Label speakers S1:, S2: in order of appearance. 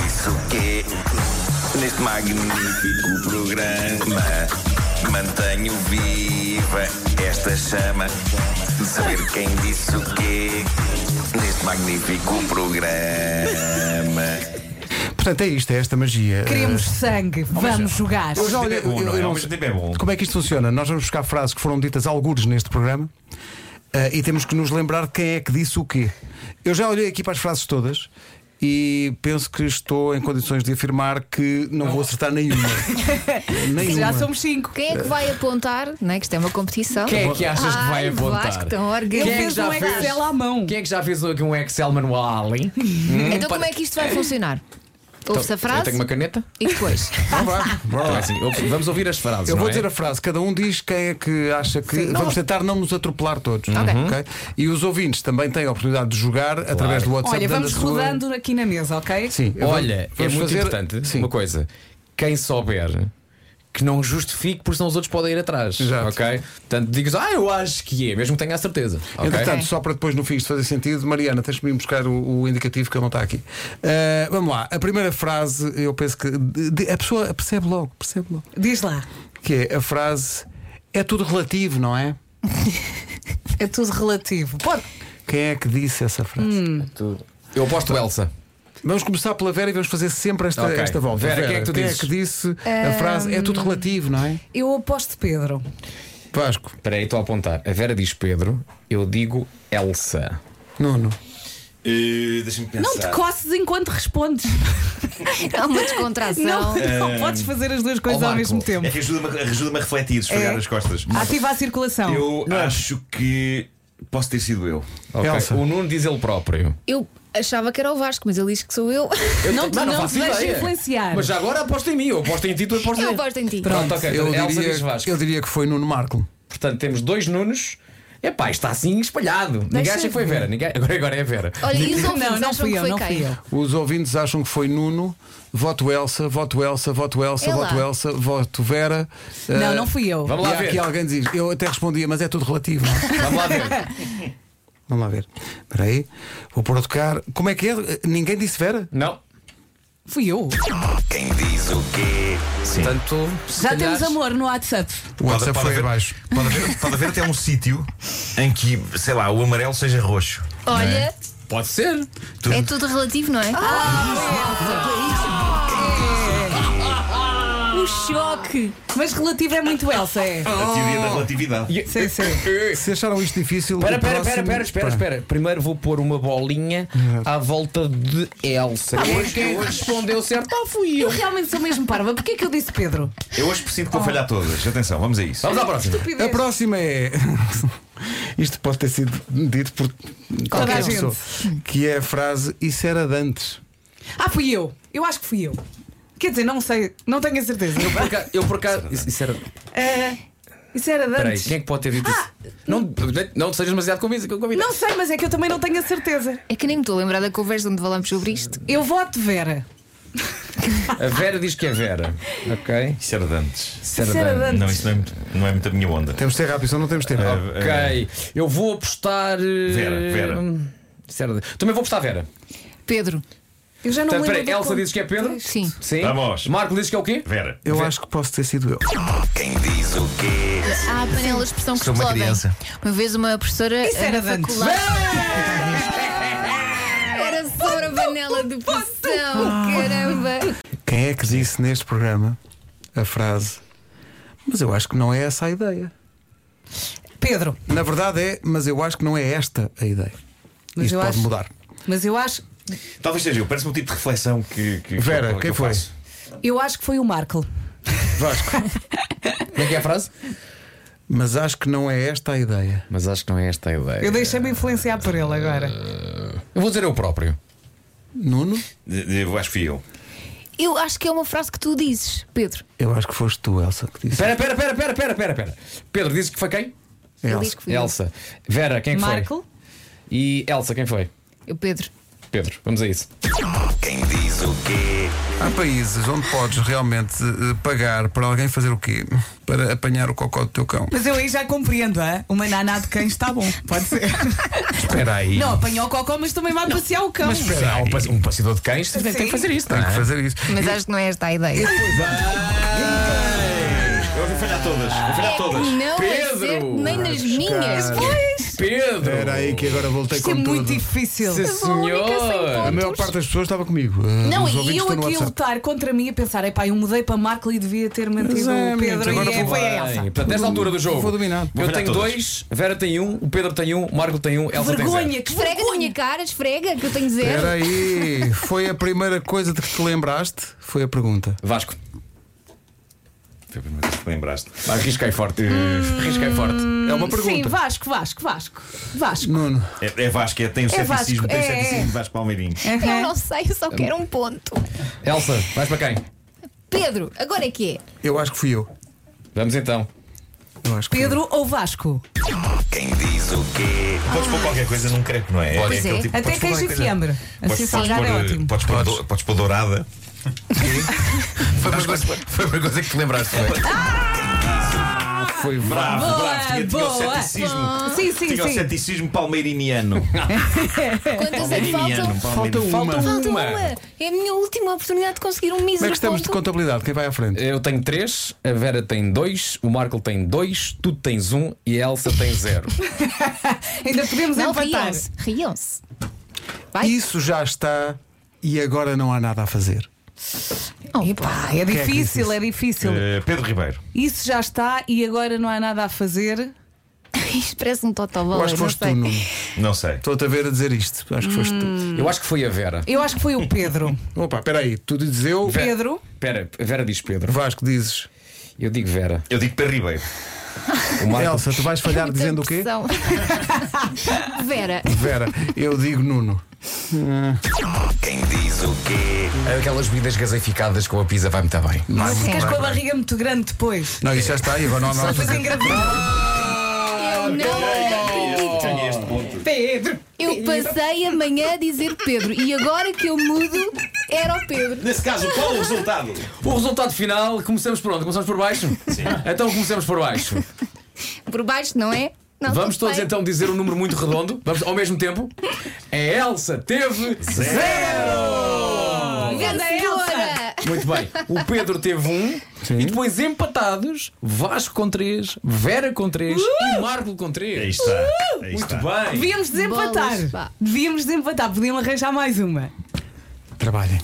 S1: Mas o quê? Neste magnífico programa mantenho viva esta chama de saber quem disse o quê neste magnífico programa.
S2: Portanto, é isto, é esta magia.
S3: Queremos sangue, vamos jogar.
S2: Eu já olhei-
S4: é bom,
S2: eu-
S4: não é?
S2: eu não
S4: Ao mesmo
S2: sei-
S4: tempo é bom.
S2: Como é que isto funciona? Nós vamos buscar frases que foram ditas algures neste programa eh, e temos que nos lembrar de quem é que disse o quê. Eu já olhei aqui para as frases todas e penso que estou em condições de afirmar que não vou acertar nenhuma. nenhuma.
S3: Já somos cinco.
S5: Quem é que vai apontar? Não é que isto é uma competição.
S6: Quem é que achas que vai
S5: Ai,
S6: apontar?
S5: Vasco, tão
S3: Ele
S6: Quem é
S5: orgulhoso.
S6: que
S3: fez
S6: já
S3: um
S6: fez?
S3: Excel à mão.
S6: Quem é que já fez aqui um Excel manual? hein?
S5: Então, como é que isto vai funcionar? Ouve-se a
S6: Então, Eu
S5: frase
S6: tenho uma caneta?
S5: e depois.
S6: Então vá. Então é assim, ouve- vamos ouvir as frases.
S2: Eu vou
S6: não é?
S2: dizer a frase, cada um diz quem é que acha que. Vamos tentar não nos atropelar todos.
S6: Uhum.
S2: ok? E os ouvintes também têm a oportunidade de jogar através do WhatsApp.
S3: Olha,
S2: dando
S3: vamos
S2: a sua-
S3: rodando aqui na mesa, ok?
S2: Sim,
S6: Olha, é
S2: vamos
S6: muito
S2: fazer-
S6: importante
S2: Sim.
S6: uma coisa. Quem souber que não justifique, porque senão os outros podem ir atrás.
S2: Exato.
S6: Ok? Portanto, digas, ah, eu acho que é, mesmo que tenha a certeza. ok?
S2: Entretanto, só para depois no fim isto fazer sentido, Mariana, tens de me buscar o, o indicativo que ele não está aqui. Ah, vamos lá, a primeira frase, eu penso que de- de- a pessoa percebe logo, percebe logo.
S3: Diz lá.
S2: Que é a frase é tudo relativo, não é?
S3: É tudo relativo. Pode.
S2: Quem é que disse essa frase?
S6: Eu aposto Elsa.
S2: Vamos começar pela Vera e vamos fazer sempre esta,
S6: Ok.
S2: esta volta.
S6: Vera, quem é que tu dizes?
S2: disse a frase é tudo relativo, não é?
S3: Eu aposto Pedro.
S2: Vasco,
S6: Espera aí, estou a apontar. A Vera diz Pedro, eu digo Elsa.
S2: Nuno.
S1: Eh, Deixa-me pensar.
S3: Não te coces enquanto respondes.
S5: Há uma descontração.
S3: Não, não podes fazer as duas coisas
S6: Ó,
S3: ao
S6: Marco,
S3: mesmo tempo.
S1: É que ajuda-me ajuda a refletir, esfregar
S3: É.
S1: as costas.
S3: Ativa a circulação.
S1: Eu acho que posso ter sido eu.
S6: Ok.
S2: Elsa.
S6: O Nuno diz ele próprio.
S5: Eu achava que era o Vasco, mas ele diz que sou eu.
S3: Não te-
S6: Mas
S3: não
S6: faço
S3: te deixes
S6: ideia.
S3: influenciar.
S6: Mas já agora aposto em mim, eu aposto em ti, tu aposto
S5: Eu
S6: em
S5: aposto em ti.
S6: Pronto, ok.
S2: Eu
S6: Elsa
S2: diria,
S6: diz Vasco.
S2: eu diria que foi Nuno Marco.
S6: Portanto, temos dois Nunos. Epá, isto está assim espalhado. ninguém acha que foi a Vera. Ninguém... Agora, agora é a Vera.
S5: Olha, e os
S3: Não,
S5: ouvintes
S3: não,
S5: acham
S3: fui
S5: que
S3: eu,
S5: foi
S3: não
S5: quem?
S3: fui eu.
S2: Os ouvintes acham que foi Nuno, voto Elsa, voto Elsa, voto Elsa,
S5: É lá.
S2: voto Elsa, voto Vera.
S3: Não,
S2: Eh,
S3: não fui eu.
S6: Vamos
S2: e
S6: lá
S2: há
S6: ver.
S2: aqui alguém diz, eu até respondia, mas é tudo relativo. não é?
S6: Vamos lá ver.
S2: Vamos lá ver. Espera aí, vou pôr a tocar. Como é que é? Eh, Ninguém disse Vera?
S6: Não.
S3: Fui eu.
S1: Quem diz o quê?
S6: Portanto, se
S3: Já
S6: calhar-
S3: temos amor no WhatsApp.
S2: O WhatsApp foi
S1: haver,
S2: abaixo.
S1: Pode haver, pode haver até um sítio em que, sei lá, o amarelo seja roxo.
S5: Olha,
S6: Pode ser.
S5: é tudo relativo, não é?
S3: É. O choque. Mas relativo é muito Elsa, é.
S1: A teoria da relatividade.
S3: Sim, sim.
S2: Se acharam isto difícil. o
S6: Espera, espera,
S2: próximo- Uhum.
S6: espera, espera, espera, espera. Primeiro vou pôr uma bolinha à volta de
S2: Ah,
S6: Elsa. Hoje quem respondeu certo? Ah, fui
S3: Eu
S6: eu.
S3: realmente sou mesmo parva. Porquê que eu disse Pedro?
S1: Eu hoje preciso que vou falhar todas. Atenção, vamos a isso.
S6: Vamos à próxima.
S2: A próxima é. Isto pode ter sido dito por
S3: a
S2: qualquer
S3: gente.
S2: pessoa. Que é a frase Isso era de antes.
S3: Ah, fui eu. Eu acho que fui eu. Quer dizer, não sei, não tenho a certeza.
S6: Eu por acaso. Eu por acaso isso, isso era.
S3: É, isso era de
S6: Espera aí,
S3: antes.
S6: quem é que pode ter dito isso? Não, não sejas demasiado convido.
S3: Não sei, mas é que eu também não tenho a certeza.
S5: É que nem me estou a lembrar da conversa onde falámos sobre isto.
S3: Eu voto Vera.
S6: A Vera diz que é Vera. Ok.
S1: Isso era de antes.
S3: Isso era de
S1: Não,
S3: antes.
S1: isso não é muito, não é muito a minha onda.
S2: Temos de ser rápido, senão não temos tempo.
S6: é. Ok. Eu vou apostar. eh,
S1: Vera, Vera.
S6: Vera. Também vou apostar Vera.
S5: Pedro,
S3: Eu já não
S6: Portanto,
S3: lembro.
S6: peraí,
S3: do
S6: Elsa
S3: ponto.
S6: diz que é Pedro?
S5: sim.
S6: Sim.
S1: Vamos.
S6: Marco diz que é o quê?
S1: Vera.
S2: Eu acho que posso ter sido eu.
S1: Quem diz o quê?
S5: Há a panela de expressão que
S1: Sou uma
S5: explodem.
S1: criança.
S5: Uma vez uma professora
S3: Isso era
S5: eh, na
S3: de antes.
S5: faculdade- Era sobre a panela de pressão. Caramba.
S2: Quem é que disse neste programa a frase? Mas eu acho que não é essa a ideia.
S3: Pedro.
S2: Na verdade é, mas eu acho que não é esta a ideia.
S3: Mas
S2: Isto
S3: eu
S2: pode
S3: acho-
S2: mudar.
S3: Mas eu acho,
S1: Talvez seja eu. Parece-me um tipo de reflexão que. que
S2: Vera,
S1: que eu
S2: quem foi?
S1: faço.
S3: eu acho que foi o Marco.
S6: Como é que é a frase?
S2: Mas acho que não é esta a ideia.
S6: Mas acho que não é esta a ideia.
S3: Eu deixei-me influenciar por ele agora.
S6: Eu vou dizer eu próprio.
S2: Nuno,
S1: Eu acho que fui eu.
S5: Eu acho que é uma frase que tu dizes, Pedro.
S2: eu acho que foste tu, Elsa, que disse.
S6: Espera, espera, espera, espera, espera, espera. Pedro disse que foi quem?
S5: Ele
S2: Elsa.
S5: diz que fui eu.
S6: Elsa. Vera, quem é que foi?
S3: Marco.
S6: E Elsa, quem foi?
S5: Eu, Pedro.
S6: Pedro, vamos a isso.
S1: Quem diz o quê? quê?
S2: Há países onde podes realmente eh, pagar para alguém fazer o quê? Para apanhar o cocó do teu cão.
S3: Mas eu aí já compreendo, hã? Uma naná de cães está bom, pode ser.
S1: Espera aí.
S3: Não, apanhou o cocó, mas também vai passear o cão.
S6: Mas espera, há um, passe- um passeador de cães tem tem que fazer isso, não
S2: Tem que
S6: é?
S2: fazer isso.
S5: Mas acho que não é esta a ideia.
S1: Eu vou falhar todas. Vou falhar todas.
S5: Não
S6: Pedro!
S5: acerto nem nas minhas.
S6: Pedro!
S2: Era aí que agora voltei
S3: Isto é
S2: com
S3: muito
S2: tudo.
S3: difícil.
S6: Sim,
S5: sou a única sem
S6: senhor!
S2: A maior
S5: Pontos.
S2: parte das pessoas estava comigo. Eh,
S3: Não,
S2: os
S3: e
S2: ouvintes
S3: eu
S2: estão no
S3: aqui a
S2: WhatsApp.
S3: lutar contra mim a pensar, epá, eu mudei para Marco e devia ter mantido
S2: é,
S3: o
S2: amigo,
S3: Pedro
S2: agora
S3: e é,
S2: vou-
S3: foi a
S6: Bem,
S3: Elsa.
S6: portanto, nesta altura do jogo.
S2: Vou dominar.
S6: Eu
S1: Vou
S6: tenho
S1: virar
S6: dois, Vera tem um, o Pedro tem um, o Marco tem
S2: é
S6: um, Elsa tem zero.
S3: Vergonha, que
S5: Esfrega na minha
S3: vergonha.
S5: cara, esfrega, que eu tenho zero.
S2: Era aí. Foi a primeira coisa de que te lembraste? Foi a pergunta.
S6: Vasco,
S1: Foi a primeira vez que lembraste.
S6: Vai, risquei forte. Hum. Risquei forte.
S2: É uma
S3: Sim,
S2: pergunta.
S3: Vasco, Vasco, Vasco. Vasco.
S2: Nuno,
S1: É, é Vasco, é, tem o
S3: É Vasco,
S1: ceticismo, tem o
S3: é,
S1: ceticismo
S3: é.
S1: de Vasco Palmeirinho.
S5: Eu não sei, eu só quero um ponto.
S6: Elsa, vais para quem?
S5: Pedro, agora é que é?
S2: eu acho que fui eu.
S6: Vamos então.
S2: Eu acho que fui eu.
S3: Pedro ou Vasco?
S1: Quem diz o quê? Podes pôr qualquer coisa num crepe, não é?
S5: Pois
S1: aquele
S5: é.
S1: tipo-
S3: Até
S1: podes pôr
S3: queijo e
S1: qualquer coisa.
S3: fiambre. Assim
S1: Podes, podes,
S3: salgado é
S1: pôr,
S3: ótimo.
S1: Podes pôr, do- podes pôr dourada.
S4: Foi uma, coisa, foi uma coisa que te lembraste. foi.
S2: Ah!
S6: Foi bravo.
S1: Bravo,
S3: Boa,
S1: bravo. Tinha, tinha o
S3: boa.
S1: ceticismo.
S3: Sim, sim,
S1: Tinha o
S3: sim.
S1: ceticismo palmeiriniano.
S5: Quantas é que faltam?
S1: Palmeiriniano.
S3: um.
S1: Falta
S6: Falta
S5: Falta
S6: uma.
S5: uma. É a minha última oportunidade de conseguir um mísero
S2: Como é que estamos de
S5: ponto.
S2: contabilidade? Quem vai à frente?
S6: Eu tenho três, a Vera tem dois, o Marco tem dois, tu tens um e a Elsa tem zero.
S3: Ainda podemos
S5: Não,
S3: empatar.
S5: riam-se. Riam-se. Vai.
S2: Isso já está e agora não há nada a fazer.
S5: Oh,
S3: Epá, é
S2: que é que disse
S3: difícil,
S2: isso?
S3: é difícil.
S1: Eh, Pedro Ribeiro.
S3: Isso já está e agora não há nada a fazer.
S5: Isto parece um totobola.
S2: Eu acho que
S5: não
S2: foste
S5: sei. Hum.
S2: tu, Nuno.
S1: Não sei.
S2: Estou-te a ver a dizer isto. Acho que foste tu.
S6: Eu acho que foi a Vera.
S3: Eu acho que foi o Pedro.
S2: Opa, espera aí. Tu dizes eu,
S6: Ve-
S3: Pedro?
S6: Pera, a Vera diz Pedro.
S2: Vasco dizes.
S6: Eu digo Vera.
S1: Eu digo Pedro Ribeiro.
S6: O Marco.
S2: Elsa, tu vais falhar
S5: Muita
S2: dizendo o quê?
S5: pressão. Vera,
S2: Vera, eu digo Nuno.
S1: Quem diz o quê?
S4: Aquelas bebidas gaseificadas com a pizza vai é muito bem.
S3: Mas ficas com a barriga muito grande depois.
S2: Não, isso já está e agora não há nada a
S3: Só
S2: fazer.
S3: fazem gravar.
S5: eu não acredito.
S1: Tenho Ah, este ponto.
S3: Pedro!
S5: Eu passei amanhã a dizer Pedro e agora que eu mudo era o Pedro.
S1: Nesse caso, qual o resultado?
S6: O resultado final, começamos por onde? Começamos por baixo? Sim. Então começamos por baixo.
S5: Por baixo, não é? Não,
S6: Vamos
S5: tudo
S6: todos
S5: bem.
S6: então dizer um número muito redondo, vamos ao mesmo tempo. A Elsa teve
S1: então.
S6: zero!
S5: Vencedora!
S6: Muito bem, o Pedro teve um e depois empatados, Vasco com três, Vera com três e Marco com
S1: Aí
S6: três.
S1: está. Aí
S3: Uh!
S6: Muito
S1: está.
S6: bem!
S3: Devíamos desempatar.
S5: Bolas, pá.
S3: Devíamos desempatar. Podiam arranjar mais uma.
S2: Trabalhem.